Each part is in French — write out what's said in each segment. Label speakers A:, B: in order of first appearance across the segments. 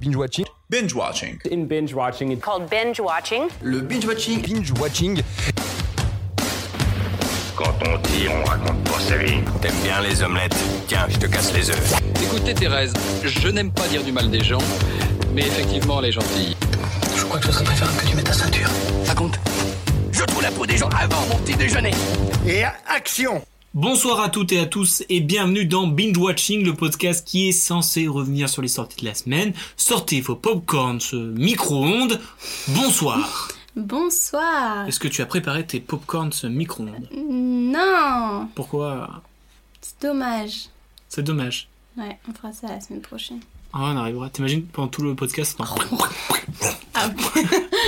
A: binge watching,
B: Binge watching.
C: In binge watching, it
D: called binge watching.
E: Le binge watching.
A: binge watching,
F: Quand on dit, on raconte pour sa vie. T'aimes bien les omelettes Tiens, je te casse les œufs.
G: Écoutez Thérèse, je n'aime pas dire du mal des gens, mais effectivement elle est gentille.
E: Je crois que ce serait préférable que tu mettes ta ceinture. Ça compte.
F: Je trouve la peau des gens avant mon petit déjeuner.
E: Et action
H: Bonsoir à toutes et à tous et bienvenue dans Binge Watching, le podcast qui est censé revenir sur les sorties de la semaine. Sortez vos popcorns, ce micro-ondes. Bonsoir.
I: Bonsoir.
H: Est-ce que tu as préparé tes popcorns, ce micro-ondes
I: Non,
H: Pourquoi
I: c'est dommage.
H: C'est dommage.
I: Ouais, on fera ça la semaine prochaine.
H: Ah, on arrivera. T'imagines pendant tout le podcast non.
I: Ah,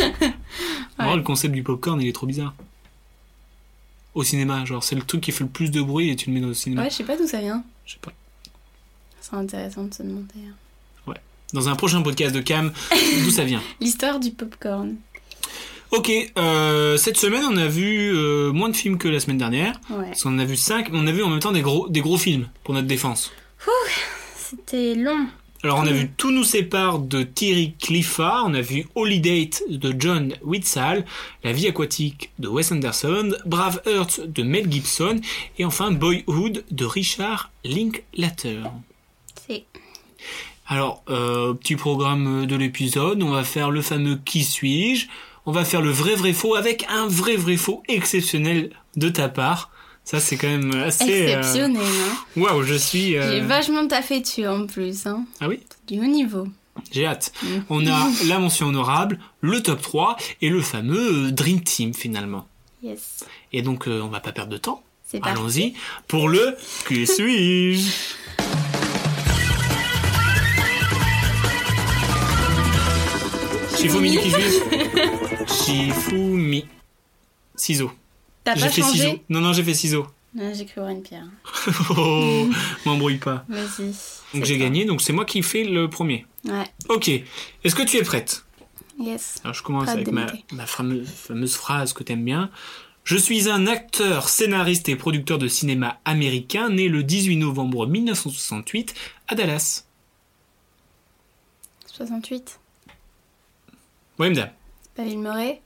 H: Vraiment, le concept du popcorn, il est trop bizarre. Au cinéma, genre c'est le truc qui fait le plus de bruit et tu le mets dans le cinéma.
I: ouais, je sais pas d'où ça vient.
H: Je sais pas.
I: C'est intéressant de se demander. hein.
H: Dans un prochain podcast de Cam, d'où ça vient
I: L'histoire du popcorn.
H: Ok, euh, cette semaine on a vu euh, moins de films que la semaine dernière.
I: Ouais.
H: Parce qu'on en a vu 5, mais on a vu en même temps des gros, des gros films pour notre défense.
I: C'était long.
H: Alors on a vu Tout nous sépare de Thierry Clifford, on a vu Holiday de John Whitsall, La vie aquatique de Wes Anderson, Brave Hearts de Mel Gibson et enfin Boyhood de Richard Linklater.
I: C'est.
H: Alors, euh, petit programme de l'épisode, on va faire le fameux qui suis-je, on va faire le vrai vrai faux avec un vrai vrai faux exceptionnel de ta part. Ça c'est quand même assez... euh,
I: Exceptionnel, hein.
H: Waouh, je suis... euh,
I: J'ai vachement taffé dessus en plus, hein.
H: Ah oui
I: C'est Du haut niveau.
H: J'ai hâte.
I: Mm.
H: On a la mention honorable, le top 3 et le fameux euh, Dream Team finalement.
I: Yes.
H: Et donc euh, on va pas perdre de temps.
I: C'est parti.
H: Allons-y pour le Qui suis-je Shifumi du qui suis-je Shifumi. Ciseaux.
I: T'as
H: J'ai
I: pas
H: fait ciseaux.
I: changé
H: Non, non, j'ai fait ciseaux.
I: Non, j'ai cru voir une pierre.
H: Oh, m'embrouille pas.
I: Vas-y.
H: Donc
I: c'est
H: j'ai
I: toi.
H: gagné, donc c'est moi qui fais le premier.
I: Ouais.
H: Ok, est-ce que tu es prête
I: Yes.
H: Alors je commence
I: Pas de
H: avec ma,
I: démonter.
H: ma fameuse, fameuse phrase que t'aimes bien. Je suis un acteur, scénariste et producteur de cinéma américain né le 18 novembre 1968 à Dallas.
I: 68.
H: Ouais, madame.
I: Pas Bill Murray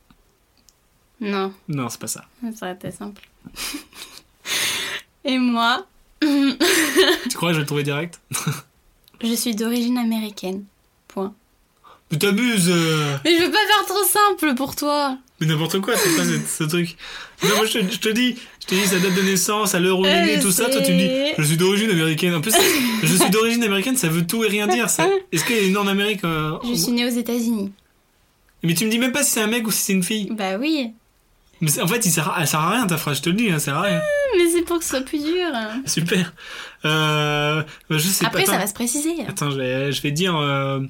I: Non.
H: Non, c'est pas ça.
I: Ça aurait été simple. Et moi,
H: Tu crois que je vais le trouver direct
I: je suis d'origine américaine. Point.
H: Mais t'abuses euh,
I: Mais je veux pas faire trop simple pour toi.
H: Mais n'importe quoi, c'est pas ce, ce truc. Non, moi je, te- je te dis, je te dis sa date de naissance, à l'heure où il est
I: Euh,
H: né,
I: je
H: tout ça, toi tu me dis,
I: sais.
H: je suis d'origine américaine. En plus, je suis d'origine américaine, ça veut tout et rien dire. ça. Est-ce qu'il y a une norme amérique euh,
I: Je suis née aux États-Unis.
H: Mais tu me dis même pas si c'est un mec ou si c'est une fille.
I: Bah oui.
H: Mais c'est- en fait, il sert à, elle sert à rien ta phrase, je te le dis, hein, elle sert à rien.
I: Mais c'est pour que ce soit plus dur.
H: Super. Euh, je sais
I: Après,
H: pas.
I: ça va
H: Attends,
I: se préciser.
H: attends, je vais, je vais dire. euh,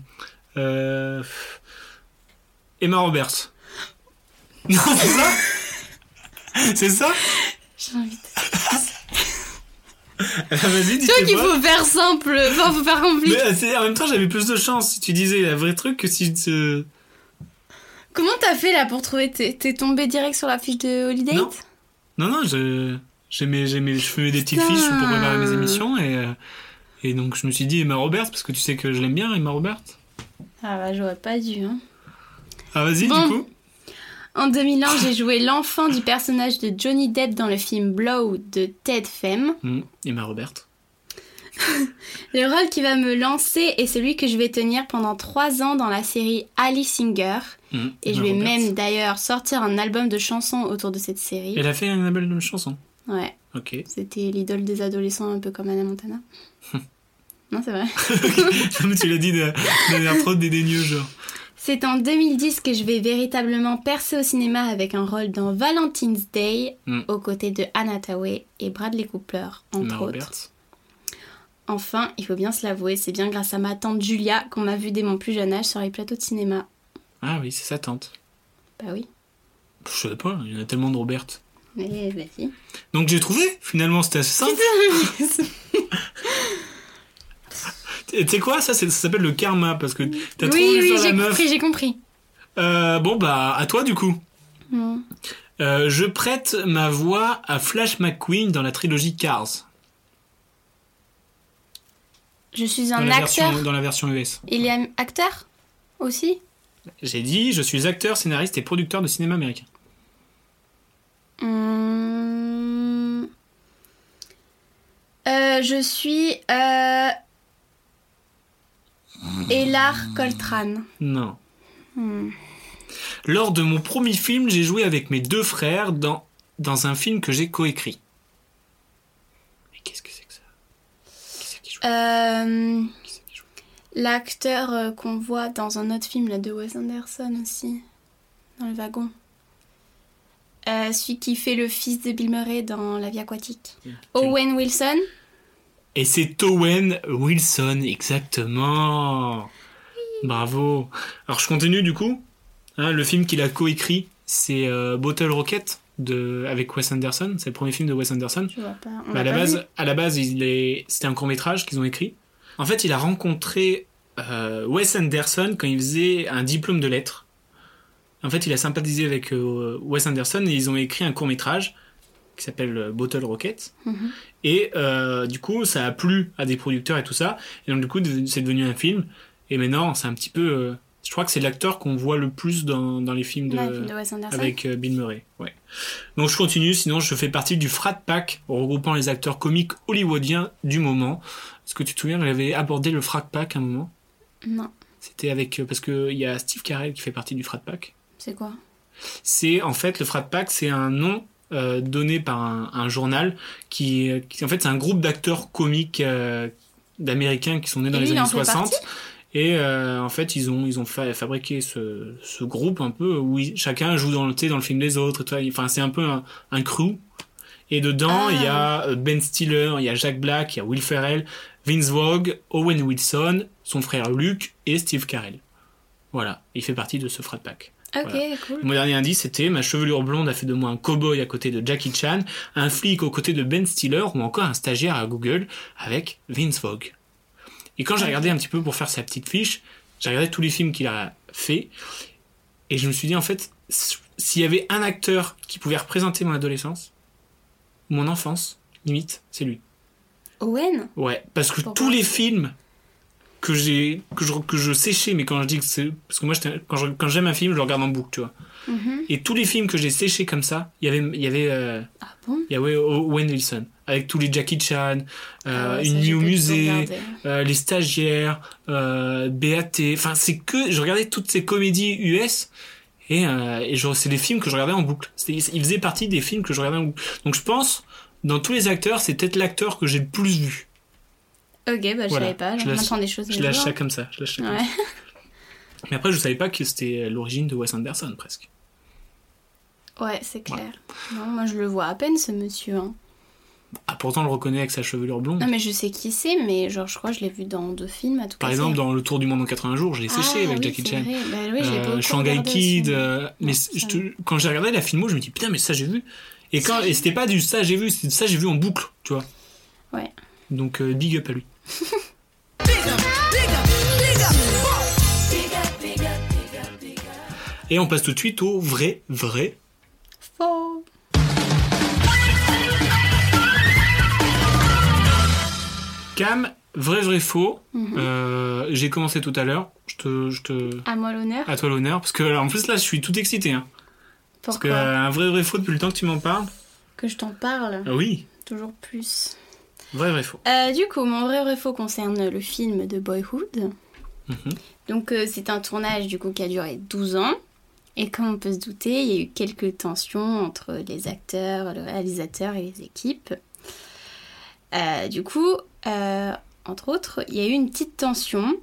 H: euh, Emma Roberts. Non, c'est ça C'est ça
I: J'ai envie de-
H: Ah, Vas-y, dis
I: Tu vois qu'il
H: moi.
I: faut faire simple. Enfin, faut faire compliqué.
H: Mais euh, c'est- en même temps, j'avais plus de chance si tu disais la vraie truc que si je te.
I: Comment t'as fait là pour trouver T'es t'es tombé direct sur la fiche de Holiday
H: Non. Non, non, je. J'aimais, j'aimais, je faisais des petites
I: Putain.
H: fiches pour préparer mes émissions et, euh, et donc je me suis dit Emma Roberts parce que tu sais que je l'aime bien, Emma Roberts.
I: Ah bah, j'aurais pas dû. Hein.
H: Ah, vas-y,
I: Bon.
H: du coup.
I: En 2001, j'ai joué l'enfant du personnage de Johnny Depp dans le film Blow de Ted Femme.
H: Hmm, Emma Roberts.
I: Le rôle qui va me lancer est celui que je vais tenir pendant trois ans dans la série Ali Singer.
H: Hmm,
I: Et je
H: Emma
I: vais
H: Roberts.
I: même d'ailleurs sortir un album de chansons autour de cette série.
H: Elle a fait une belle chanson.
I: Ouais,
H: Ok.
I: c'était l'idole des adolescents, un peu comme Anna Montana. non, c'est vrai.
H: Mais tu l'as dit d'un d'un air trop dédaigneux, genre.
I: C'est en 2010 que je vais véritablement percer au cinéma avec un rôle dans Valentine's Day,
H: Hmm.
I: aux côtés de Anna Tawai et Bradley Cooper,
H: Emma
I: entre autres.
H: Roberts.
I: Enfin, il faut bien se l'avouer, c'est bien grâce à ma tante Julia qu'on m'a vu dès mon plus jeune âge sur les plateaux de cinéma.
H: Ah oui, c'est sa tante.
I: Bah oui,
H: Je sais pas, il y en a tellement de Robert.
I: mais vas-y.
H: Donc j'ai trouvé, finalement, c'était assez simple. Et tu sais quoi, ça, c'est- ça s'appelle le karma, parce que t'as
I: oui,
H: trouvé
I: oui,
H: sur la
I: j'ai
H: meuf.
I: compris, j'ai compris.
H: Euh, bon, bah, à toi, du coup.
I: Hmm.
H: Euh, je prête ma voix à Flash McQueen dans la trilogie Cars.
I: Je suis
H: Dans
I: un
H: la
I: acteur.
H: version, dans la version US.
I: Il est am- acteur aussi
H: J'ai dit, je suis acteur, scénariste et producteur de cinéma américain.
I: Hum. Euh, Je suis. Euh... Elar Coltrane. Euh,
H: Non. Lors de mon premier film, j'ai joué avec mes deux frères dans, dans un film que j'ai coécrit. Mais qu'est-ce que c'est que ça Qui c'est qui joue
I: Euh,
H: Qui c'est qui joue
I: L'acteur euh, qu'on voit dans un autre film là, de Wes Anderson aussi, dans le wagon. Euh, celui qui fait le fils de Bill Murray dans La vie aquatique. Owen Wilson.
H: Et c'est Owen Wilson, exactement. Bravo. Alors je continue du coup. Hein, le film qu'il a coécrit, c'est euh, Bottle Rocket de, avec Wes Anderson. C'est le premier film de Wes Anderson.
I: Je vois pas. on
H: Mais Bah, à, la
I: l'a pas vu.
H: base, à la base, il est... c'était un court métrage qu'ils ont écrit. En fait, il a rencontré euh, Wes Anderson quand il faisait un diplôme de lettres. En fait, il a sympathisé avec euh, Wes Anderson et ils ont écrit un court métrage qui s'appelle euh, Bottle Rocket.
I: Mhm.
H: Et euh, du coup, ça a plu à des producteurs et tout ça. Et donc, du coup, de- c'est devenu un film. Et maintenant, c'est un petit peu. euh, je crois que c'est l'acteur qu'on voit le plus dans, dans les films de,
I: Ouais, le film de Wes Anderson.
H: avec euh, Bill Murray. Ouais. Donc je continue, sinon je fais partie du Frat Pack, regroupant les acteurs comiques hollywoodiens du moment. Est-ce que tu te souviens, on avait abordé le Frat Pack à un moment
I: Non,
H: C'était avec. euh, Parce qu'il y a Steve Carell qui fait partie du Frat Pack.
I: c'est quoi
H: C'est en fait le Frat Pack, c'est un nom. euh, donné par un, un journal qui, euh, qui- en fait c'est un groupe d'acteurs comiques euh, d'américains qui sont nés dans
I: Et lui,
H: les
I: il en
H: années
I: fait
H: 60 et euh, en fait ils ont ils ont fa- fabriqué ce, ce groupe un peu où ils- chacun joue dans le tu sais, dans le film des autres et tout ça. enfin c'est un peu un, un crew et dedans
I: Ah.
H: il y a euh, Ben Stiller il y a Jack Black il y a Will Ferrell Vince Vogue Owen Wilson son frère Luke et Steve Carell voilà il fait partie de ce frat pack
I: Ok,
H: Voilà.
I: cool.
H: mon dernier indice c'était ma chevelure blonde a fait de moi un cowboy à côté de Jackie Chan un flic aux côtés de Ben Stiller ou encore un stagiaire à Google avec Vince Vogue et quand j'ai regardé un petit peu pour faire sa petite fiche, j'ai regardé tous les films qu'il a fait et je me suis dit en fait, s- s'il y avait un acteur qui pouvait représenter mon adolescence, mon enfance, limite, c'est lui.
I: Owen
H: Ouais, parce que
I: Pourquoi
H: tous les films que j'ai que je que je séchais mais quand je dis que c'est parce que moi j'étais- quand je- quand j'aime un film, je le regarde en boucle, tu vois.
I: Mhm.
H: Et tous les films que j'ai séchés comme ça, il y avait il y avait euh,
I: Ah bon
H: il y avait Owen Wilson avec tous les Jackie Chan, euh,
I: Ah ouais, ça,
H: une
I: j'ai
H: nuit au
I: pas du tout
H: musée,
I: regardé.
H: euh, les stagiaires, euh, BAT, enfin c'est que je regardais toutes ces comédies US et, euh, et genre, c'est des films que je regardais en boucle. C'était- Ils faisaient partie des films que je regardais en boucle. Donc je pense dans tous les acteurs, c'est peut-être l'acteur que j'ai le plus vu.
I: Ok, bah
H: Voilà.
I: je savais pas,
H: Je lâche-
I: j'entends des choses.
H: Je
I: des
H: lâche
I: fois.
H: ça comme ça, je lâche ça comme
I: Ouais.
H: ça. Mais après je savais pas que c'était l'origine de Wes Anderson presque.
I: Ouais, c'est clair. Non, moi je le vois à peine ce monsieur. hein.
H: Ah pourtant on le reconnaît avec sa chevelure blonde.
I: Non, Ah, mais je sais qui c'est, mais genre je crois que je l'ai vu dans deux films à tout
H: Par
I: casser.
H: exemple dans Le Tour du monde en 80 jours, je l'ai
I: Ah,
H: séché avec
I: oui,
H: Jackie
I: c'est
H: Chan.
I: vrai. Bah oui, je l'ai
H: Euh,
I: pas encore
H: Shanghai
I: regardé
H: Kid.
I: aussi.
H: euh, mais
I: Non,
H: c- je
I: ça
H: te- quand j'ai regardé la filmo, je me dis putain, mais ça j'ai vu. Et quand et c'était pas du ça j'ai vu, c'était du ça j'ai vu en boucle, tu vois.
I: Ouais.
H: Donc euh, big up à lui. Et on passe tout de suite au vrai, vrai.
I: Faux.
H: Cam, vrai, vrai, faux.
I: Mhm.
H: Euh, j'ai commencé tout à l'heure. Je te, je te.
I: À moi l'honneur.
H: À toi l'honneur. Parce que alors, en plus là, je suis tout excité. Hein, parce que
I: Pourquoi
H: euh, un vrai, vrai, faux depuis le temps que tu m'en parles.
I: Que je t'en parle
H: Ah oui,
I: toujours plus.
H: vrai, vrai, faux.
I: Euh, du coup, mon vrai vrai faux concerne le film de Boyhood.
H: Mhm.
I: Donc euh, c'est un tournage du coup qui a duré 12 ans. Et comme on peut se douter, il y a eu quelques tensions entre les acteurs, le réalisateur et les équipes. Euh, du coup, euh, entre autres, il y a eu une petite tension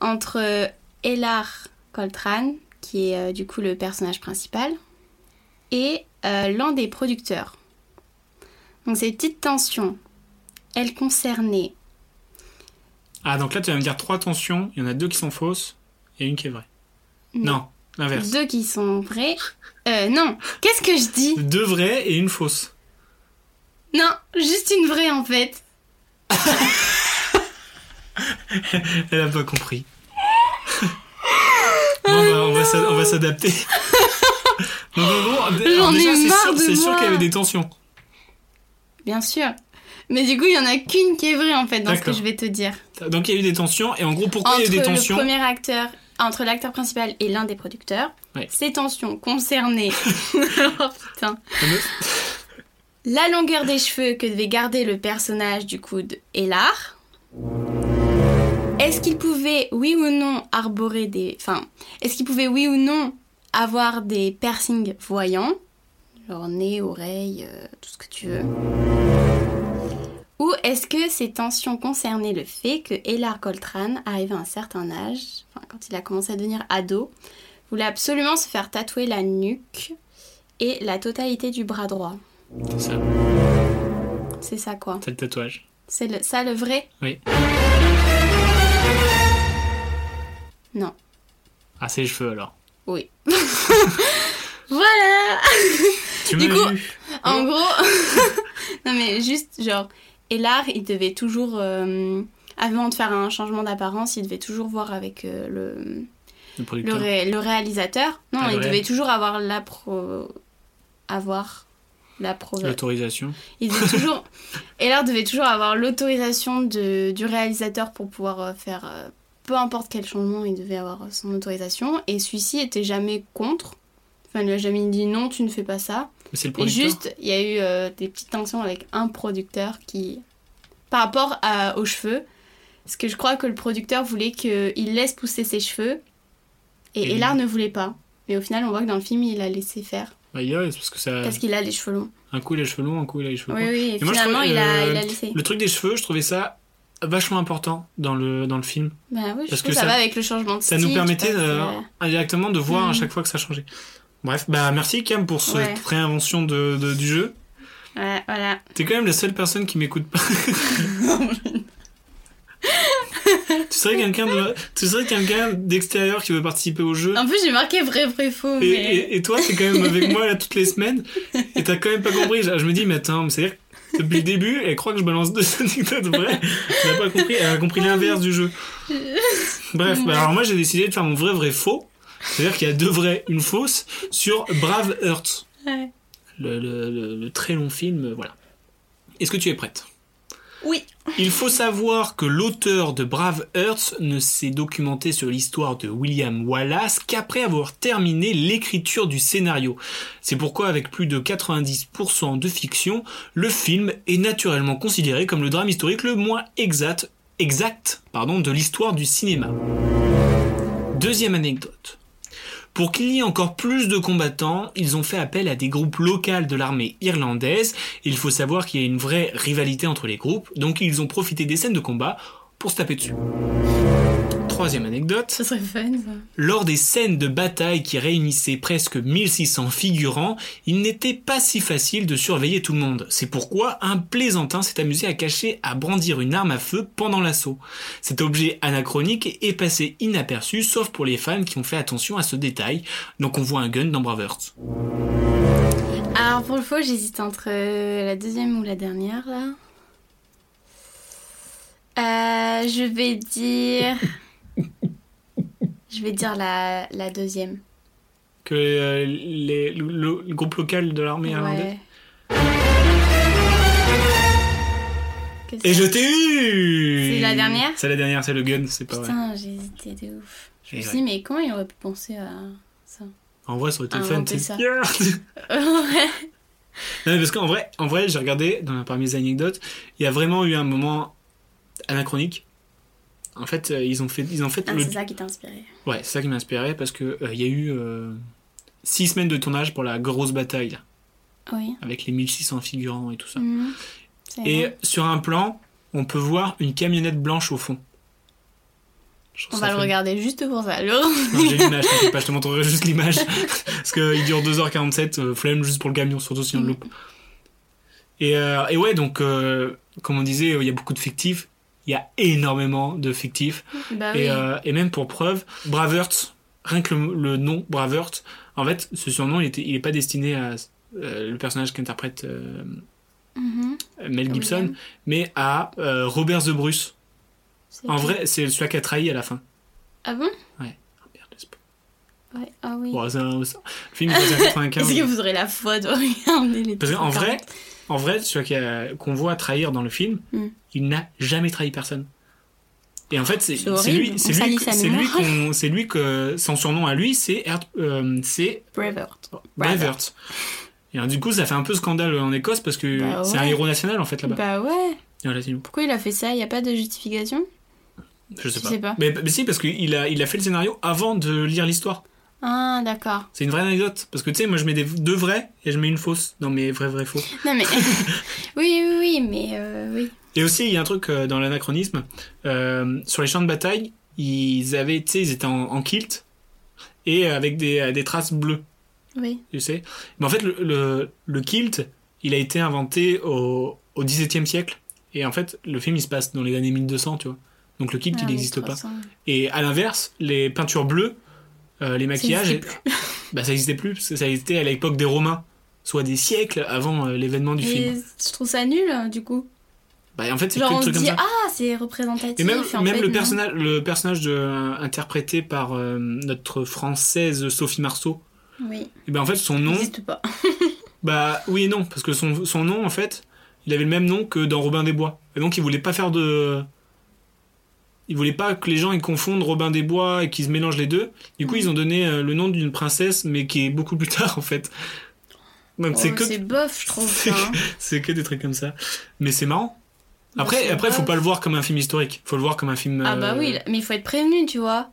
I: entre Ellar Coltrane, qui est euh, du coup le personnage principal, et euh, l'un des producteurs. Donc cette petite tension, elle concernait...
H: Ah donc là, tu vas me dire trois tensions. Il y en a deux qui sont fausses et une qui est vraie. Non, l'inverse.
I: Deux qui sont vrais. Euh, non, qu'est-ce que je dis
H: Deux vraies et une fausse.
I: Non, juste une vraie en fait.
H: Elle a pas compris. bon, bah,
I: Oh
H: on va s'a- on va s'adapter. Donc, en gros, d-
I: J'en
H: alors,
I: ai
H: déjà, c'est
I: marre
H: sûr,
I: de
H: c'est sûr
I: moi.
H: qu'il y avait des tensions.
I: Bien sûr. Mais du coup, il y en a qu'une qui est vraie en fait dans ce que
H: D'accord.
I: je vais te dire.
H: Donc il y a eu des tensions, et en gros, pourquoi il y a eu
I: entre
H: des
I: le
H: tensions
I: premier acteur, entre l'acteur principal et l'un des producteurs.
H: Ouais.
I: Ces tensions concernaient Oh, putain. la longueur des cheveux que devait garder le personnage du coup de Ellar. Est-ce qu'il pouvait, oui ou non, arborer des. Enfin, est-ce qu'il pouvait, oui ou non, avoir des piercings voyants Genre nez, oreille, euh, tout ce que tu veux. Ou est-ce que ces tensions concernaient le fait que Ellar Coltrane, arrivé à un certain âge, enfin, quand il a commencé à devenir ado, voulait absolument se faire tatouer la nuque et la totalité du bras droit
H: Ça,
I: C'est ça quoi
H: c'est le tatouage.
I: C'est le- ça le vrai
H: Oui.
I: Non.
H: Ah, c'est les cheveux alors.
I: Oui. voilà
H: Tu
I: Du
H: m'as
I: coup-
H: eu.
I: En gros, non mais juste genre, et l'art, il devait toujours, euh, avant de faire un changement d'apparence, il devait toujours voir avec euh, le,
H: Le
I: le,
H: producteur.
I: ré- le réalisateur. Non,
H: Ah, le
I: il
H: réel.
I: devait toujours avoir l'appro... avoir l'appro...
H: L'autorisation.
I: Il devait toujours... et l'art devait toujours avoir l'autorisation de- du réalisateur pour pouvoir euh, faire... euh, peu importe quel changement, il devait avoir son autorisation. Et celui-ci était jamais contre. Enfin, il lui a jamais dit non, tu ne fais pas ça.
H: Mais c'est le
I: Et
H: producteur.
I: juste, il y a eu euh, des petites tensions avec un producteur qui, par rapport à- aux cheveux, parce que je crois que le producteur voulait qu'il laisse pousser ses cheveux,
H: Et
I: et
H: lui-
I: Elar ne voulait pas. Mais au final, on voit que dans le film, il a laissé faire,
H: Bah, il a, c'est parce que ça.
I: parce qu'il a les cheveux longs.
H: Un coup, il a les cheveux longs, un coup, il a les cheveux
I: Oui,
H: courts.
I: oui, et
H: Et moi, je
I: finalement,
H: trouvais,
I: il, a,
H: euh,
I: il a laissé.
H: Le truc des cheveux, je trouvais ça vachement important dans le, dans le film.
I: Bah oui, je
H: parce
I: trouve
H: que
I: que ça,
H: ça-
I: va avec le changement de
H: Ça
I: style,
H: nous
I: tu
H: permettait
I: passes,
H: euh,
I: euh,
H: indirectement de voir à
I: Mm.
H: chaque fois que ça changeait. Bref, bah merci Cam pour cette
I: Ouais.
H: réinvention de, de- du jeu.
I: ouais, voilà.
H: T'es quand même la seule personne qui m'écoute pas. tu serais quelqu'un de, tu serais quelqu'un d'extérieur qui veut participer au jeu.
I: En plus, j'ai marqué vrai, vrai,
H: Et,
I: faux. mais...
H: et- et toi, t'es quand même avec moi là toutes les semaines et t'as quand même pas compris. Je, je me dis, mais attends, mais c'est-à-dire que depuis le début, elle croit que je balance deux anecdotes vraies. Elle a pas compris, elle a compris
I: Ah
H: l'inverse du jeu. Bref, bah, alors moi j'ai décidé de faire mon vrai vrai faux. C'est-à-dire qu'il y a deux vrais, une fausse sur Brave Heart.
I: Ouais.
H: Le, le- le- le très long film, euh, voilà. Est-ce que tu es prête
I: Oui.
H: Il faut savoir que l'auteur de Brave Hearts ne s'est documenté sur l'histoire de William Wallace qu'après avoir terminé l'écriture du scénario. C'est pourquoi, avec plus de 90% de fiction, le film est naturellement considéré comme le drame historique le moins exact, exact pardon, de l'histoire du cinéma. Deuxième anecdote. Pour qu'il y ait encore plus de combattants, ils ont fait appel à des groupes locaux de l'armée irlandaise. Il faut savoir qu'il y a une vraie rivalité entre les groupes, donc ils ont profité des scènes de combat pour se taper dessus. Troisième anecdote.
I: Ce serait fun, ça.
H: Lors des scènes de bataille qui réunissaient presque 1600 figurants, il n'était pas si facile de surveiller tout le monde. C'est pourquoi un plaisantin s'est amusé à cacher, à brandir une arme à feu pendant l'assaut. Cet objet anachronique est passé inaperçu, sauf pour les fans qui ont fait attention à ce détail. Donc on voit un gun dans Braveheart.
I: Alors, pour le faux, j'hésite entre euh, la deuxième ou la dernière, là. Euh, je vais dire. Je vais dire la, la deuxième.
H: Que euh, les- le, le- le groupe local de l'armée irlandaise.
I: Ouais. Qu'est-ce
H: Et
I: que-
H: je t'ai eu
I: C'est la dernière
H: C'est la dernière, c'est le gun, c'est pas vrai.
I: Putain, j'ai hésité de ouf. Je me
H: Et
I: suis dit, mais comment il aurait pu penser à ça
H: En vrai, ça aurait été
I: Ah,
H: fun.
I: on fait
H: tu
I: ça.
H: sais. Yeah
I: Ouais.
H: Non, mais parce qu'en vrai, en vrai, j'ai regardé dans, parmi les anecdotes, il y a vraiment eu un moment anachronique. En fait, euh, ils ont fait, ils ont fait
I: Ah,
H: le.
I: c'est ça qui t'a inspiré.
H: Ouais, c'est ça qui m'a inspiré parce que euh, il y a eu euh, six semaines de tournage pour la grosse bataille là,
I: Oui.
H: avec les 1600 figurants et tout ça.
I: Mhm. C'est
H: Et
I: vrai.
H: sur un plan, on peut voir une camionnette blanche au fond. Je trouve
I: On
H: ça
I: va le
H: fun.
I: regarder juste pour ça. Le...
H: Non, j'ai l'image, t'inquiète pas, je te montrerai juste l'image. Parce qu'il dure 2h47, euh, flemme juste pour le camion, surtout si on le loupe. Et, euh, et ouais, donc, euh, comme on disait, il y a beaucoup de fictifs. Il y a énormément de fictifs.
I: bah
H: et,
I: oui.
H: euh, et même pour preuve, Braveheart, rien que le, le nom Braveheart, en fait, ce surnom, il était il est pas destiné à euh, le personnage qu'interprète euh,
I: Mhm.
H: Mel Gibson,
I: William.
H: mais à euh, Robert The Bruce.
I: C'est
H: En
I: tout.
H: vrai, c'est celui qui a trahi à la fin.
I: Ah bon
H: Ah, merde, c'est pas-
I: Ouais, ah oui.
H: Bon, c'est un- c'est un film de 1995.
I: Est-ce que vous aurez la foi de regarder les
H: Parce qu'en
I: trucs
H: vrai, en vrai, celui qui a- qu'on voit trahir dans le film,
I: Mm.
H: il n'a jamais trahi personne. Et en fait, c'est
I: C'est
H: c'est lui,
I: horrible,
H: c'est
I: on
H: lui,
I: salit
H: que-
I: sa
H: c'est lui
I: mémoire.
H: qu'on, c'est lui que son surnom à lui, c'est Erd- euh, c'est
I: Braveheart.
H: Braveheart. Et alors, du coup, ça fait un peu scandale en Écosse parce que
I: Bah
H: c'est un
I: ouais.
H: héros national en fait là-bas.
I: Bah ouais.
H: Et voilà, c'est-
I: Pourquoi il a fait ça Il n'y a pas de justification
H: je sais
I: Je
H: pas.
I: sais pas.
H: Mais, mais si, parce qu'il a, il a fait le scénario avant de lire l'histoire.
I: Ah, d'accord.
H: C'est une vraie anecdote. Parce que tu sais, moi je mets des, deux vrais et je mets une fausse. Non, mais vrai, vrai, faux.
I: Non, mais. oui, oui, oui, mais euh, oui.
H: Et aussi, il y a un truc euh, dans l'anachronisme. euh, sur les champs de bataille, ils avaient, tu sais, ils étaient en, en kilt et avec des, euh, des traces bleues,
I: Oui.
H: tu sais. Mais en fait, le, le, le kilt, il a été inventé au, au XVIIe siècle. Et en fait, le film, il se passe dans les années 1200, tu vois. Donc le kilt,
I: Ah,
H: il
I: oui,
H: n'existe pas.
I: 300.
H: Et à l'inverse, les peintures bleues, euh, les maquillages,
I: n'existait
H: bah, ça n'existait plus, parce que ça existait à l'époque des Romains, soit des siècles avant euh, l'événement du film.
I: Et je trouve ça nul, hein, du coup.
H: Bah, en fait, c'est que
I: Genre,
H: le
I: on se
H: truc comme
I: dit,
H: ça.
I: ah, c'est représentatif.
H: Et même,
I: en
H: même
I: fait,
H: le,
I: non.
H: personnage, le personnage de, interprété par euh, notre française Sophie Marceau,
I: Oui,
H: et ben en fait son
I: il
H: nom,
I: n'existe pas.
H: bah oui et non, parce que son, son nom en fait, il avait le même nom que dans Robin des Bois. Et donc il voulait pas faire de. Il voulait pas que les gens ils confondent Robin des Bois et qu'ils se mélangent les deux. Du
I: Mm.
H: coup ils ont donné euh, le nom d'une princesse, mais qui est beaucoup plus tard en fait. Donc
I: Oh,
H: c'est que
I: C'est bof, je trouve.
H: c'est
I: ça, hein. Bah,
H: c'est que des trucs comme ça. Mais c'est marrant. Après,
I: c'est
H: après, faut
I: grave.
H: pas le voir comme un film historique. Faut le voir comme un film.
I: Ah bah
H: euh,
I: oui, là- mais il faut être prévenu, tu vois.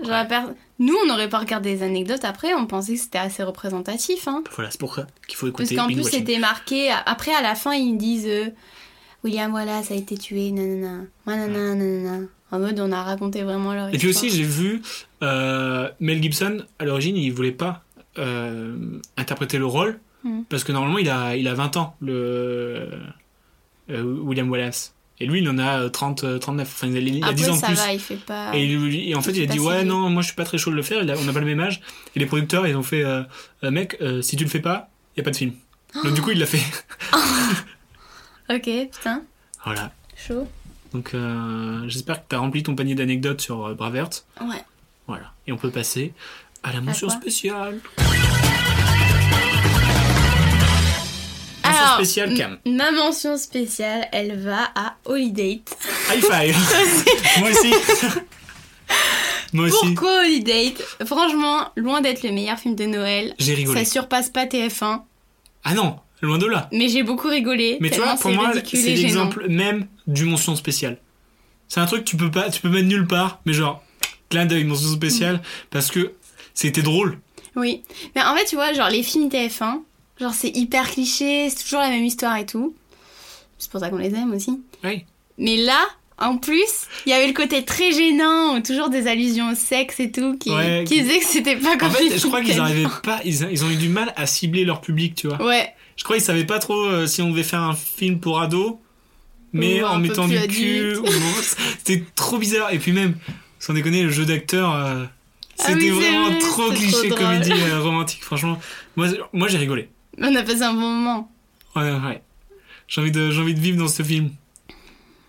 I: Genre, la per- Nous, on n'aurait pas regardé les anecdotes après, on pensait que c'était assez représentatif. Hein.
H: Voilà, c'est pour ça qu'il faut
I: Parce
H: écouter.
I: qu'en
H: Binge
I: plus,
H: Watching.
I: c'était marqué. à- Après, à la fin, ils disent euh, William Wallace a été tué, nanana, nanana, nanana. En mode, on a raconté vraiment leur
H: Et puis
I: histoire.
H: aussi, j'ai vu euh, Mel Gibson, à l'origine, il voulait pas euh, interpréter le rôle,
I: Mm.
H: parce que normalement, il a, il a 20 ans, le, euh, William Wallace. Et lui, il en a euh, 30, euh, 39, enfin, il a, il a
I: après,
H: 10 ans de
I: ça
H: plus.
I: va, il fait pas.
H: Et, il- et en fait, il a
I: C'est pas
H: dit
I: si
H: Ouais,
I: vieux.
H: non, moi je suis pas très chaud de le faire, il a- on n'a pas le même âge. Et les producteurs, ils ont fait euh, Euh, Mec, euh, si tu le fais pas, il a pas de film. Donc, du coup, il l'a fait.
I: Ok, putain,
H: Voilà.
I: chaud.
H: Donc, euh, j'espère que tu as rempli ton panier d'anecdotes sur euh, Braveheart.
I: Ouais.
H: Voilà. Et on peut passer à la mention
I: quoi
H: spéciale. Mention
I: Alors,
H: spéciale, Cam.
I: m- ma mention spéciale, elle va à Holidate.
H: High five. Moi aussi. Moi aussi.
I: Pourquoi Holidate Franchement, loin d'être le meilleur film de Noël,
H: J'ai rigolé.
I: ça surpasse pas TF1,
H: Ah non, loin de là.
I: mais j'ai beaucoup rigolé.
H: Mais tu vois,
I: tellement
H: pour
I: c'est
H: moi,
I: ridicule
H: c'est
I: et gênant.
H: l'exemple même du mention spéciale. C'est un truc que tu peux pas, tu peux mettre nulle part, mais genre clin d'œil mention spéciale
I: Mm.
H: parce que c'était drôle.
I: Oui. Mais en fait, tu vois, genre les films TF1, genre c'est hyper cliché, c'est toujours la même histoire et tout. C'est pour ça qu'on les aime aussi.
H: Oui.
I: Mais là, en plus, il y avait le côté très gênant, ou toujours des allusions au sexe et tout, qui,
H: Ouais.
I: qui disaient que c'était pas comme
H: En
I: les
H: fait, je
I: films
H: crois qu'ils
I: TF1.
H: arrivaient pas, ils, ils ont eu du mal à cibler leur public, tu vois.
I: Ouais,
H: Je crois qu'ils savaient pas trop euh, si on devait faire un film pour ados, mais
I: Ou un
H: en
I: peu
H: mettant du
I: plus
H: cul.
I: adulte.
H: ou- C'était trop bizarre. Et puis même, sans déconner, le jeu d'acteur, euh,
I: Ah
H: c'était
I: oui, c'est
H: vraiment
I: vrai,
H: trop
I: c'est
H: cliché
I: trop drôle.
H: comédie euh, romantique. Franchement, moi, moi j'ai rigolé.
I: on a passé un bon moment.
H: Ouais, ouais, ouais. J'ai envie de, j'ai envie de vivre dans ce film.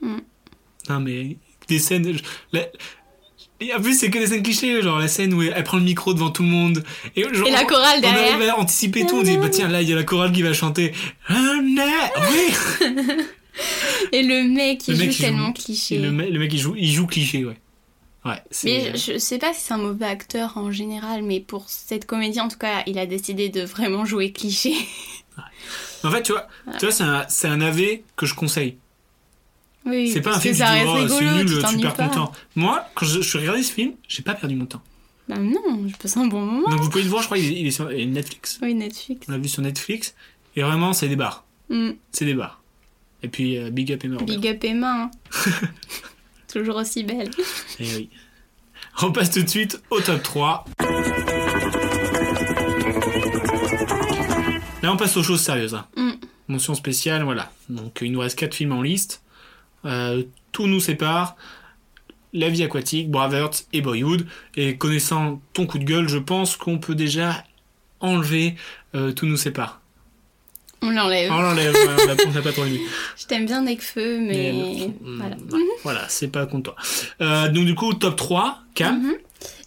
I: Mm.
H: Non mais des scènes. je- la- Et en plus, c'est que des scènes clichés, genre la scène où elle prend le micro devant tout le monde. Et, genre,
I: Et la chorale
H: on
I: derrière.
H: avait anticipé tout, on dit bah tiens là il y a la chorale qui va chanter. Ah, non, oui.
I: Et le mec, il
H: Le
I: joue
H: mec, il joue-
I: tellement
H: Et
I: cliché.
H: le, me- le mec il joue, il joue cliché ouais. Ouais. c'est-
I: Mais je, je sais pas si c'est un mauvais acteur en général, mais pour cette comédie, en tout cas, il a décidé de vraiment jouer cliché.
H: En fait tu vois, tu vois c'est un, c'est un AV que je conseille.
I: Oui,
H: C'est pas un
I: parce
H: film
I: que
H: qui
I: ça
H: dit
I: reste
H: oh, c'est
I: rigolo,
H: nul,
I: tu t'ennuies
H: super
I: pas.
H: content. Moi quand je, je suis regardé ce film, j'ai pas perdu mon temps.
I: Bah non, je passe un bon moment.
H: Donc vous pouvez le voir, je crois il est, il est sur il est Netflix.
I: Oui, Netflix.
H: On l'a vu sur Netflix et vraiment c'est des bars,
I: Hmm,
H: c'est des bars. Et puis euh, Big Up et Murder.
I: Big up Emma. hein. Toujours aussi belle.
H: Eh oui. On passe tout de suite au top 3. Là, on passe aux choses sérieuses. hein.
I: Mm.
H: Mention spéciale, voilà. Donc, il nous reste 4 films en liste. Euh, tout nous sépare. La vie aquatique, Braveheart et Boyhood. Et connaissant ton coup de gueule, je pense qu'on peut déjà enlever euh, Tout nous sépare.
I: On l'enlève.
H: On l'enlève, ouais, on l'a- on l'a pas trop aimé.
I: Je t'aime bien Necfeu, mais,
H: Mm,
I: voilà. Mm-hmm.
H: ouais, voilà, c'est pas contre toi. Euh, donc, du coup, top 3, Cam.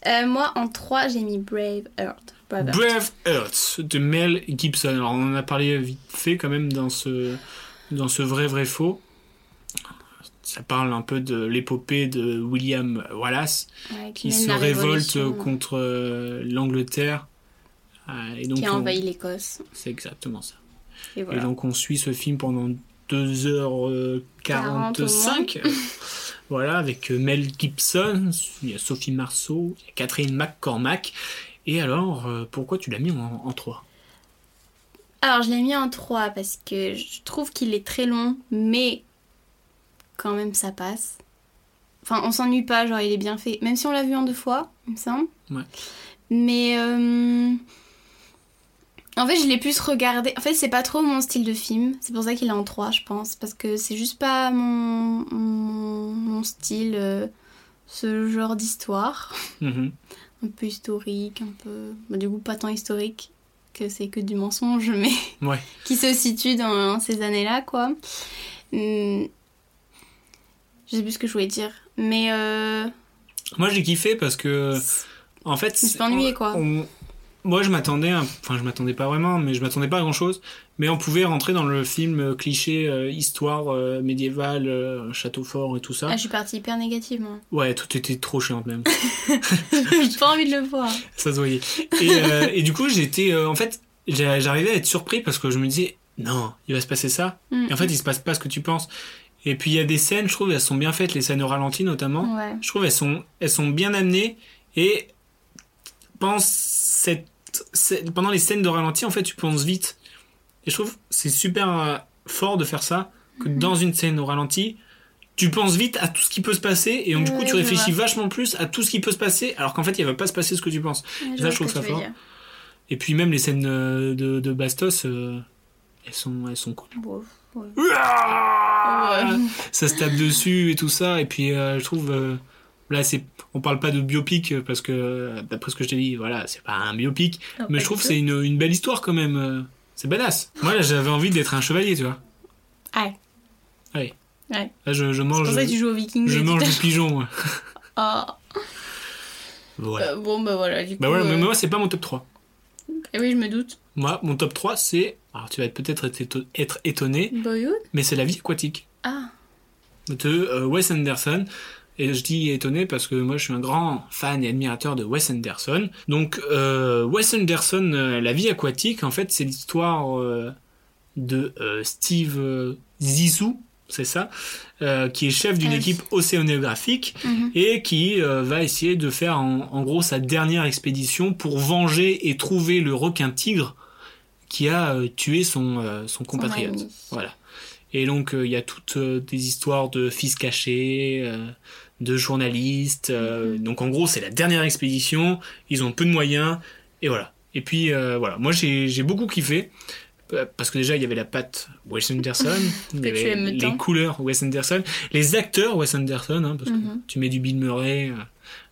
I: Euh, moi, en 3, j'ai mis Brave Earth. Brave Heart.
H: Brave Earth de Mel Gibson. Alors on en a parlé vite fait quand même dans ce dans ce vrai vrai faux. Ça parle un peu de l'épopée de William Wallace
I: Ouais,
H: qui
I: mène
H: se
I: la
H: révolte
I: révolution,
H: contre euh, l'angleterre. Ah, et donc
I: Qui a
H: on-
I: envahi l'Écosse.
H: C'est exactement ça.
I: Et
H: Et
I: voilà.
H: donc on suit ce film pendant
I: 40 au
H: 2h45.
I: hein.
H: voilà, avec euh, Mel Gibson, il y a Sophie Marceau, il y a Catherine McCormack. Et alors, euh, pourquoi tu l'as mis en, en 3
I: Alors, je l'ai mis en 3 parce que je trouve qu'il est très long, mais quand même, ça passe. Enfin, on s'ennuie pas, genre, il est bien fait. Même si on l'a vu en deux fois, il me semble.
H: Ouais.
I: Mais. euh, En fait, je l'ai plus regardé. En fait, c'est pas trop mon style de film. C'est pour ça qu'il est en 3, je pense. Parce que c'est juste pas mon, mon... mon style, euh, ce genre d'histoire
H: Mhm.
I: un peu historique, un peu. bah, du coup, pas tant historique que c'est que du mensonge, mais
H: Ouais.
I: qui se situe dans ces années-là, quoi. Hum, Je sais plus ce que je voulais dire, mais euh,
H: Moi j'ai kiffé parce que,
I: c'est-
H: en fait...
I: me suis pas ennuyée, quoi.
H: on- Moi je m'attendais, à- enfin je m'attendais pas vraiment, mais je m'attendais pas à grand chose. Mais on pouvait rentrer dans le film euh, cliché euh, histoire euh, médiévale, euh, château fort et tout ça.
I: ah, je suis partie hyper négativement.
H: Ouais, tout était trop chiante même.
I: J'ai pas envie de le voir.
H: Ça se voyait. Et, euh, et du coup, j'étais. euh, en fait, j'a- j'arrivais à être surpris parce que je me disais, non, il va se passer ça.
I: Hum,
H: Et en fait, il se passe pas ce que tu penses. Et puis, il y a des scènes, je trouve, elles sont bien faites, les scènes au ralenti notamment.
I: ouais.
H: Je trouve, elles sont, elles sont bien amenées. Et pense cette, cette- pendant les scènes de ralenti, en fait, tu penses vite. Et je trouve, c'est super euh, fort de faire ça, que
I: Mhm.
H: dans une scène au ralenti, tu penses vite à tout ce qui peut se passer. Et donc, du coup,
I: Ouais,
H: tu
I: je
H: réfléchis vachement plus à tout ce qui peut se passer, alors qu'en fait, il va pas se passer ce que tu penses. Ça,
I: Ouais, vois
H: je
I: ce
H: trouve
I: que
H: ça
I: tu veux
H: fort.
I: dire.
H: Et puis même les scènes euh, de, de Bastos, euh, elles sont, elles sont cool.
I: Bon, ouais.
H: Ouah
I: Ouais.
H: Ça se tape dessus et tout ça. Et puis euh, je trouve, euh, là c'est, on parle pas de biopic euh, parce que euh, d'après ce que je t'ai dit, voilà, c'est pas un biopic.
I: Non,
H: mais
I: pas
H: je trouve
I: du
H: que
I: tout.
H: c'est une, une belle histoire quand même. euh. C'est badass. Moi là j'avais envie d'être un chevalier, tu vois.
I: Ah, ouais.
H: Là je, je
I: c'est
H: mange,
I: pour ça que tu joues au Viking.
H: je
I: et
H: mange
I: tout
H: du pigeon. ouais.
I: Ah,
H: Voilà.
I: euh, bon, bah voilà, du coup.
H: bah voilà, mais
I: euh,
H: moi c'est pas mon top 3.
I: eh oui, je me doute.
H: Moi, mon top 3 c'est, alors tu vas peut-être être éto- être étonné,
I: Boyhood
H: mais c'est la vie aquatique.
I: Ah,
H: de euh, Wes Anderson. Et je dis étonné parce que moi je suis un grand fan et admirateur de Wes Anderson. Donc euh, Wes Anderson, euh, La vie aquatique, en fait c'est l'histoire euh, de euh, Steve euh, Zissou, c'est ça, euh, qui est chef d'une
I: Ah oui.
H: équipe océanographique
I: mhm.
H: et qui euh, va essayer de faire en, en gros sa dernière expédition pour venger et trouver le requin tigre qui a euh, tué son, euh, son compatriote.
I: ami.
H: voilà. Et donc euh, il y a toutes euh, des histoires de fils cachés, euh, de journalistes. euh,
I: Mm-hmm.
H: Donc en gros c'est la dernière expédition, ils ont peu de moyens et voilà. Et puis euh, voilà, moi j'ai j'ai beaucoup kiffé. euh, Parce que déjà, il y avait la patte Wes Anderson, il y
I: Que tu
H: avait
I: aimes
H: les
I: tant.
H: couleurs Wes Anderson, les acteurs Wes Anderson, hein, parce que
I: Mhm.
H: tu mets du Bill Murray, euh,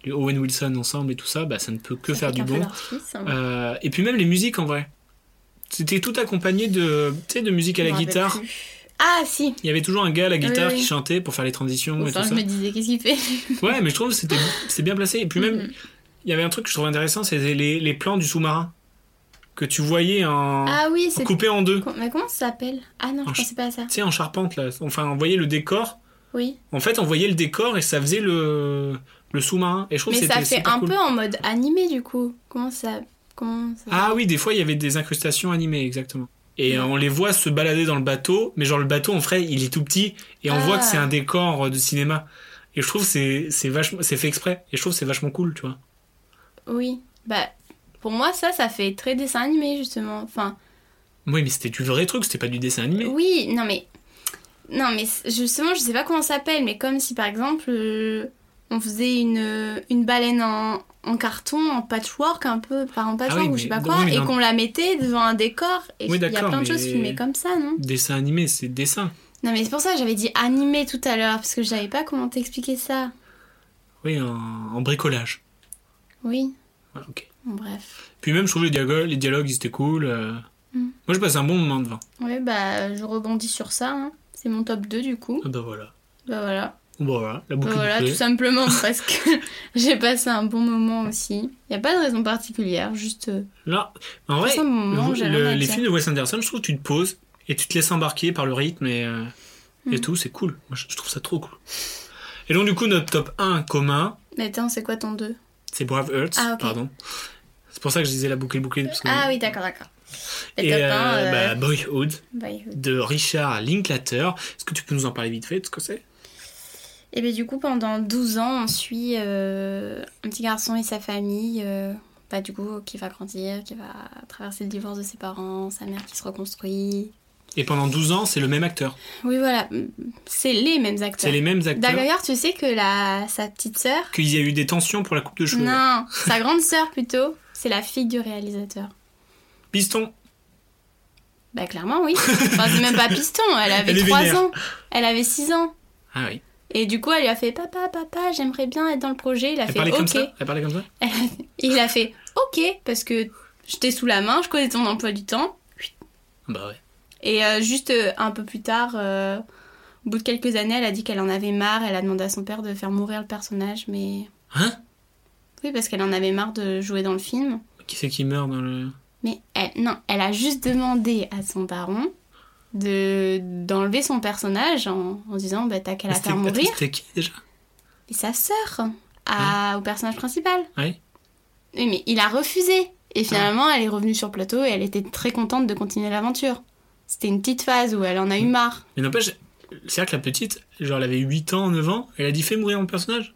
H: du Owen Wilson ensemble et tout ça, bah, ça ne peut que
I: Ça
H: faire
I: fait
H: du
I: un peu
H: bon.
I: leur fils, hein.
H: Euh, et puis même les musiques en vrai. C'était tout accompagné de, tu sais, de musique à
I: Je
H: la
I: me rappelle
H: guitare.
I: plus. Ah si
H: Il y avait toujours un gars à la guitare
I: oui.
H: qui chantait pour faire les transitions et
I: Enfin,
H: tout
I: je
H: ça.
I: me disais, qu'est-ce qu'il fait
H: Ouais, mais je trouve que c'était c'est bien placé. Et puis même,
I: Mhm.
H: il y avait un truc que je trouvais intéressant, c'était les, les plans du sous-marin que tu voyais en
I: Ah oui, c'est...
H: coupé en deux.
I: Mais comment ça s'appelle Ah non,
H: Un
I: je pensais pas à ça.
H: Tu sais, en charpente là. Enfin, on voyait le décor.
I: Oui.
H: En fait, on voyait le décor et ça faisait le, le sous-marin. Et je trouve
I: Mais
H: que c'était
I: ça fait
H: super
I: un
H: cool.
I: peu en mode animé, du coup. Comment ça... Comment ça...
H: Ah oui, des fois il y avait des incrustations animées, exactement. Et
I: Ouais.
H: euh, on les voit se balader dans le bateau, mais genre le bateau en vrai il est tout petit et on
I: Ah.
H: voit que c'est un décor euh, de cinéma. Et je trouve que c'est c'est vachement c'est fait exprès et je trouve que c'est vachement cool, tu vois.
I: Oui. Bah, pour moi, ça, ça fait très dessin animé, justement. Enfin,
H: Oui, mais c'était du vrai truc, c'était pas du dessin animé.
I: oui, non mais... Non mais, c'est- justement, je sais pas comment ça s'appelle, mais comme si, par exemple, euh, on faisait une, euh, une baleine en, en carton, en patchwork un peu, par en patchwork
H: Ah oui,
I: ou je
H: mais-
I: sais pas
H: oui,
I: quoi,
H: mais
I: et
H: dans-
I: qu'on la mettait devant un décor. Et
H: Oui,
I: il y a
H: d'accord,
I: plein de choses
H: mais-
I: filmées comme ça, non
H: Dessin animé, c'est dessin.
I: Non mais c'est pour ça que j'avais dit animé tout à l'heure parce que je savais pas comment t'expliquer ça.
H: Oui, en, en bricolage.
I: Oui,
H: Ouais, ok.
I: bon, bref.
H: Puis même je trouve les dialogues, les dialogues ils étaient cool. euh.
I: Mm.
H: Moi je passe un bon moment devant.
I: Oui bah je rebondis sur ça. hein. C'est mon top 2 du coup.
H: Ah bah voilà.
I: Bah voilà.
H: Bon voilà, la
I: Bah
H: boucle est
I: voilà
H: bouclée.
I: tout simplement parce que j'ai passé un bon moment aussi. Y a pas de raison particulière, juste euh,
H: Là, en vrai,
I: passe un bon moment,
H: Le-
I: j'ai
H: le-
I: rien à
H: les
I: dire.
H: films de Wes Anderson, je trouve que tu te poses et tu te laisses embarquer par le rythme et, euh,
I: Mm.
H: et tout, c'est cool. Moi, je je trouve ça trop cool. Et donc, du coup, notre top 1 commun,
I: Mais attends, c'est quoi ton 2
H: c'est Brave Hearts,
I: Ah, ok.
H: pardon. C'est pour ça que je disais la boucle bouclée. Parce que...
I: Ah oui, d'accord, d'accord. Le
H: Et
I: top
H: euh,
I: 1,
H: bah, Boyhood
I: Boyhood.
H: de Richard Linklater. Est-ce que tu peux nous en parler vite fait de ce que c'est
I: Et bien du coup, pendant 12 ans, on suit euh, un petit garçon et sa famille, euh, bah, du coup, qui va grandir, qui va traverser le divorce de ses parents, sa mère qui se reconstruit.
H: Et pendant 12 ans, c'est le même acteur.
I: Oui, voilà, mm, c'est les mêmes acteurs.
H: C'est les mêmes acteurs.
I: D'ailleurs, tu sais que la, sa petite sœur,
H: Qu'il y a eu des tensions pour la coupe de cheveux.
I: non, sa grande sœur plutôt, c'est la fille du réalisateur.
H: Piston.
I: Bah clairement, oui. Enfin, c'est même pas piston, elle avait
H: Elle est
I: 3
H: vénère.
I: ans. Elle avait 6 ans.
H: Ah oui.
I: Et du coup, elle lui a fait Papa, papa, j'aimerais bien être dans le projet. Il a
H: Elle
I: fait
H: parlait
I: Ok.
H: comme ça Elle parlait comme ça
I: Elle a- Il a fait OK parce que j'étais sous la main, je connais ton emploi du temps.
H: Bah ouais.
I: Et euh, juste euh, un peu plus tard, euh, au bout de quelques années, elle a dit qu'elle en avait marre. Elle a demandé à son père de faire mourir le personnage, mais
H: Hein
I: oui, parce qu'elle en avait marre de jouer dans le film.
H: Qui c'est qui meurt dans le.
I: Mais elle, non, elle a juste demandé à son daron de d'enlever son personnage en, en disant bah t'as qu'à la
H: C'était-
I: faire mourir.
H: attends, C'était qui déjà
I: Et sa sœur hein, à- au personnage principal.
H: Ouais.
I: Oui, mais il a refusé. Et finalement, elle est revenue sur le plateau et elle était très contente de continuer l'aventure. C'était une petite phase où elle en a eu marre.
H: Mais n'empêche, c'est vrai que la petite, genre elle avait 8 ans, 9 ans, elle a dit fais mourir mon personnage.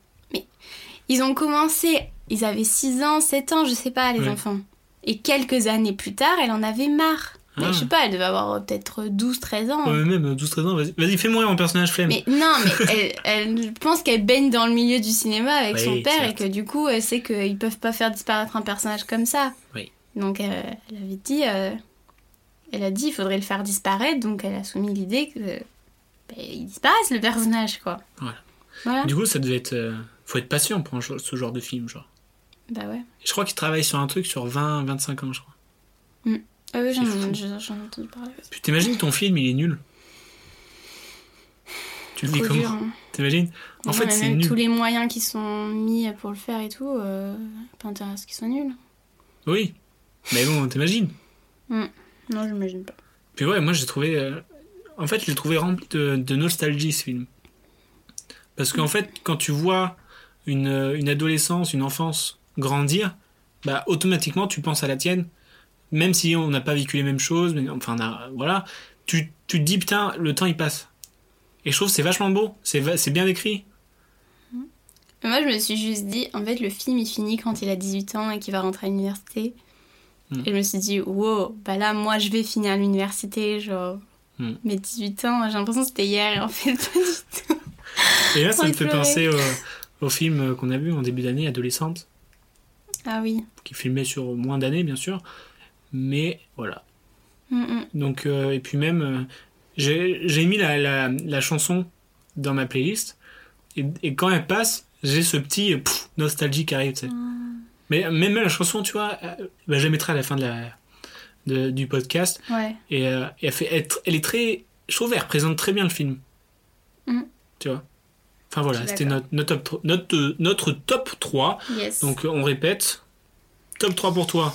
I: Ils ont commencé, ils avaient 6 ans, 7 ans, je sais pas, les
H: Ouais.
I: enfants. Et quelques années plus tard, elle en avait marre. Mais
H: Ah.
I: je sais pas, elle devait avoir euh, peut-être 12, 13 ans. hein.
H: Ouais, même 12-13 ans, vas-y, vas-y, fais mourir mon personnage flemme.
I: Mais non, mais elle, elle- je pense qu'elle baigne dans le milieu du cinéma avec
H: Oui,
I: son père et
H: certes.
I: que du coup, elle sait qu'ils peuvent pas faire disparaître un personnage comme ça.
H: Oui.
I: Donc, euh, elle avait dit, euh, elle a dit, il faudrait le faire disparaître. Donc, elle a soumis l'idée que euh, ben, il disparaisse le personnage, quoi.
H: Voilà.
I: Voilà.
H: Du coup, ça devait être. euh, Faut être patient pour un jo- ce genre de film, genre.
I: Bah ouais.
H: Je crois qu'il travaille sur un truc sur 20-25 ans, je crois.
I: Ah oui, j'en
H: C'est fou.
I: j'en- j'en ai entendu parler.
H: Puis t'imagines ton film, il est nul. Tu le dis
I: Trop
H: comment
I: dur, hein.
H: T'imagines En
I: Non,
H: fait,
I: mais
H: c'est
I: même
H: nul.
I: tous les moyens qui sont mis pour le faire et tout, euh, pas intérêt à ce qu'ils soient nuls.
H: Oui. Mais bon, t'imagines
I: Non, j'imagine pas.
H: Puis ouais, moi j'ai trouvé. euh, En fait, je l'ai trouvé rempli de, de nostalgie ce film. Parce qu'en fait, quand tu vois une, euh, une adolescence, une enfance grandir, bah automatiquement tu penses à la tienne. Même si on n'a pas vécu les mêmes choses, mais enfin on a- voilà, tu, tu te dis putain, le temps il passe. Et je trouve que c'est vachement beau, c'est va- c'est bien écrit.
I: Mais Moi, je me suis juste dit, en fait, le film, il finit quand il a 18 ans et qu'il va rentrer à l'université.
H: Mm.
I: Et je me suis dit, wow, bah là, moi, je vais finir l'université, genre.
H: Mm.
I: Mes 18 ans, j'ai l'impression que c'était hier, et en fait, pas du tout.
H: Et là, ça
I: Envie
H: me
I: de
H: fait
I: pleurer.
H: penser au, au film euh, qu'on a vu en début d'année, Adolescente.
I: Ah oui.
H: qui filmait sur moins d'années, bien sûr. Mais voilà.
I: Mm, mm.
H: Donc, euh, et puis même, euh, j'ai j'ai mis la, la- la chanson dans ma playlist. Et, et quand elle passe, j'ai ce petit euh, pff, nostalgie qui arrive. tu sais.
I: Ah.
H: Mais même la chanson, tu vois, euh, bah, je la mettrai à la fin de la, de- du podcast.
I: Ouais.
H: Et, euh, et elle, fait, elle, tr- elle est très. Je trouve elle représente très bien le film.
I: Mm.
H: Tu vois Enfin
I: Je
H: voilà,
I: suis
H: c'était notre, notre, top tro- notre, euh, notre top 3.
I: Yes.
H: Donc euh, on répète. Top 3 pour toi.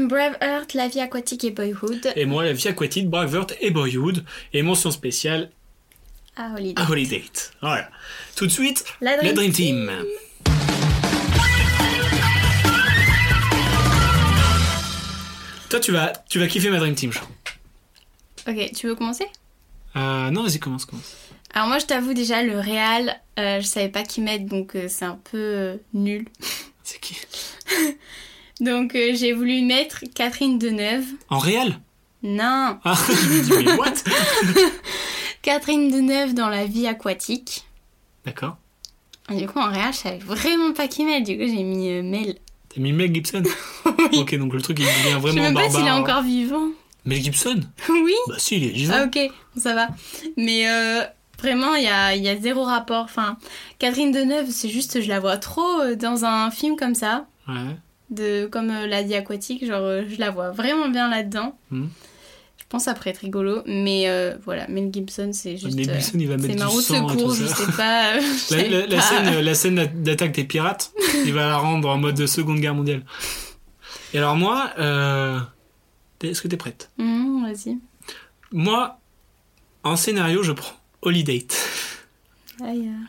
I: Brave Heart, La vie aquatique et Boyhood.
H: Et moi, la vie aquatique, Braveheart et Boyhood. Et mention spéciale,
I: Ah, Holiday.
H: à Holiday. Voilà. Tout de suite,
I: La Dream
H: Team. Toi, tu vas, tu vas kiffer ma Dream Team, je crois.
I: Ok, tu veux commencer
H: Euh, non, vas-y, commence, commence.
I: Alors, moi, je t'avoue, déjà, le réal, euh, je savais pas qui mettre, donc euh, c'est un peu euh, nul.
H: C'est qui
I: Donc, euh, j'ai voulu mettre Catherine Deneuve.
H: En réel
I: Non
H: Ah, je me dis, mais what
I: Catherine Deneuve dans La vie aquatique.
H: D'accord.
I: Et du coup, en réel, je savais vraiment pas qui mettre. Du coup, j'ai mis euh, Mel.
H: T'as mis Mel Gibson Ok, donc le truc, il devient
I: Je sais
H: vraiment
I: même pas
H: barbare. hein.
I: s'il est encore vivant.
H: Mel Gibson
I: oui
H: Bah si, il est vivant.
I: Ah, ok, ça va. Mais euh, vraiment, il y a, il y a zéro rapport. Enfin, Catherine Deneuve, c'est juste, je la vois trop euh, dans un film comme ça,
H: Ouais.
I: de, comme euh, La vie aquatique. Genre, euh, je la vois vraiment bien là-dedans.
H: Mhm.
I: Je pense après être rigolo. Mais euh, voilà, Mel Gibson, c'est juste.
H: Mel
I: euh,
H: Gibson, il va
I: c'est
H: mettre
I: ma
H: du
I: roue de
H: sang et tout
I: secours, je
H: ça.
I: sais pas. euh, je
H: La,
I: savais
H: la- la
I: pas.
H: scène, euh, la scène d'a- d'attaque des pirates, il va la rendre en mode de Seconde Guerre mondiale. Et alors moi, euh, t'es- est-ce que t'es prête
I: Mhm, Hmm, Vas-y.
H: Moi, en scénario, je prends holiday.
I: Aïe, euh,